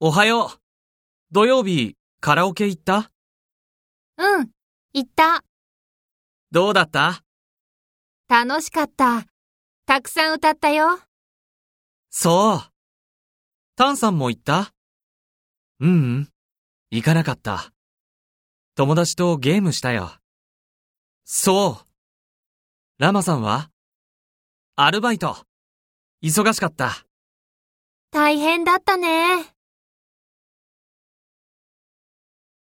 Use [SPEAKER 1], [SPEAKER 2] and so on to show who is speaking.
[SPEAKER 1] おはよう。土曜日、カラオケ行った
[SPEAKER 2] うん、行った。
[SPEAKER 1] どうだった
[SPEAKER 2] 楽しかった。たくさん歌ったよ。
[SPEAKER 1] そう。タンさんも行ったうんうん、行かなかった。友達とゲームしたよ。そう。ラマさんはアルバイト。忙しかった。
[SPEAKER 2] 大変だったね。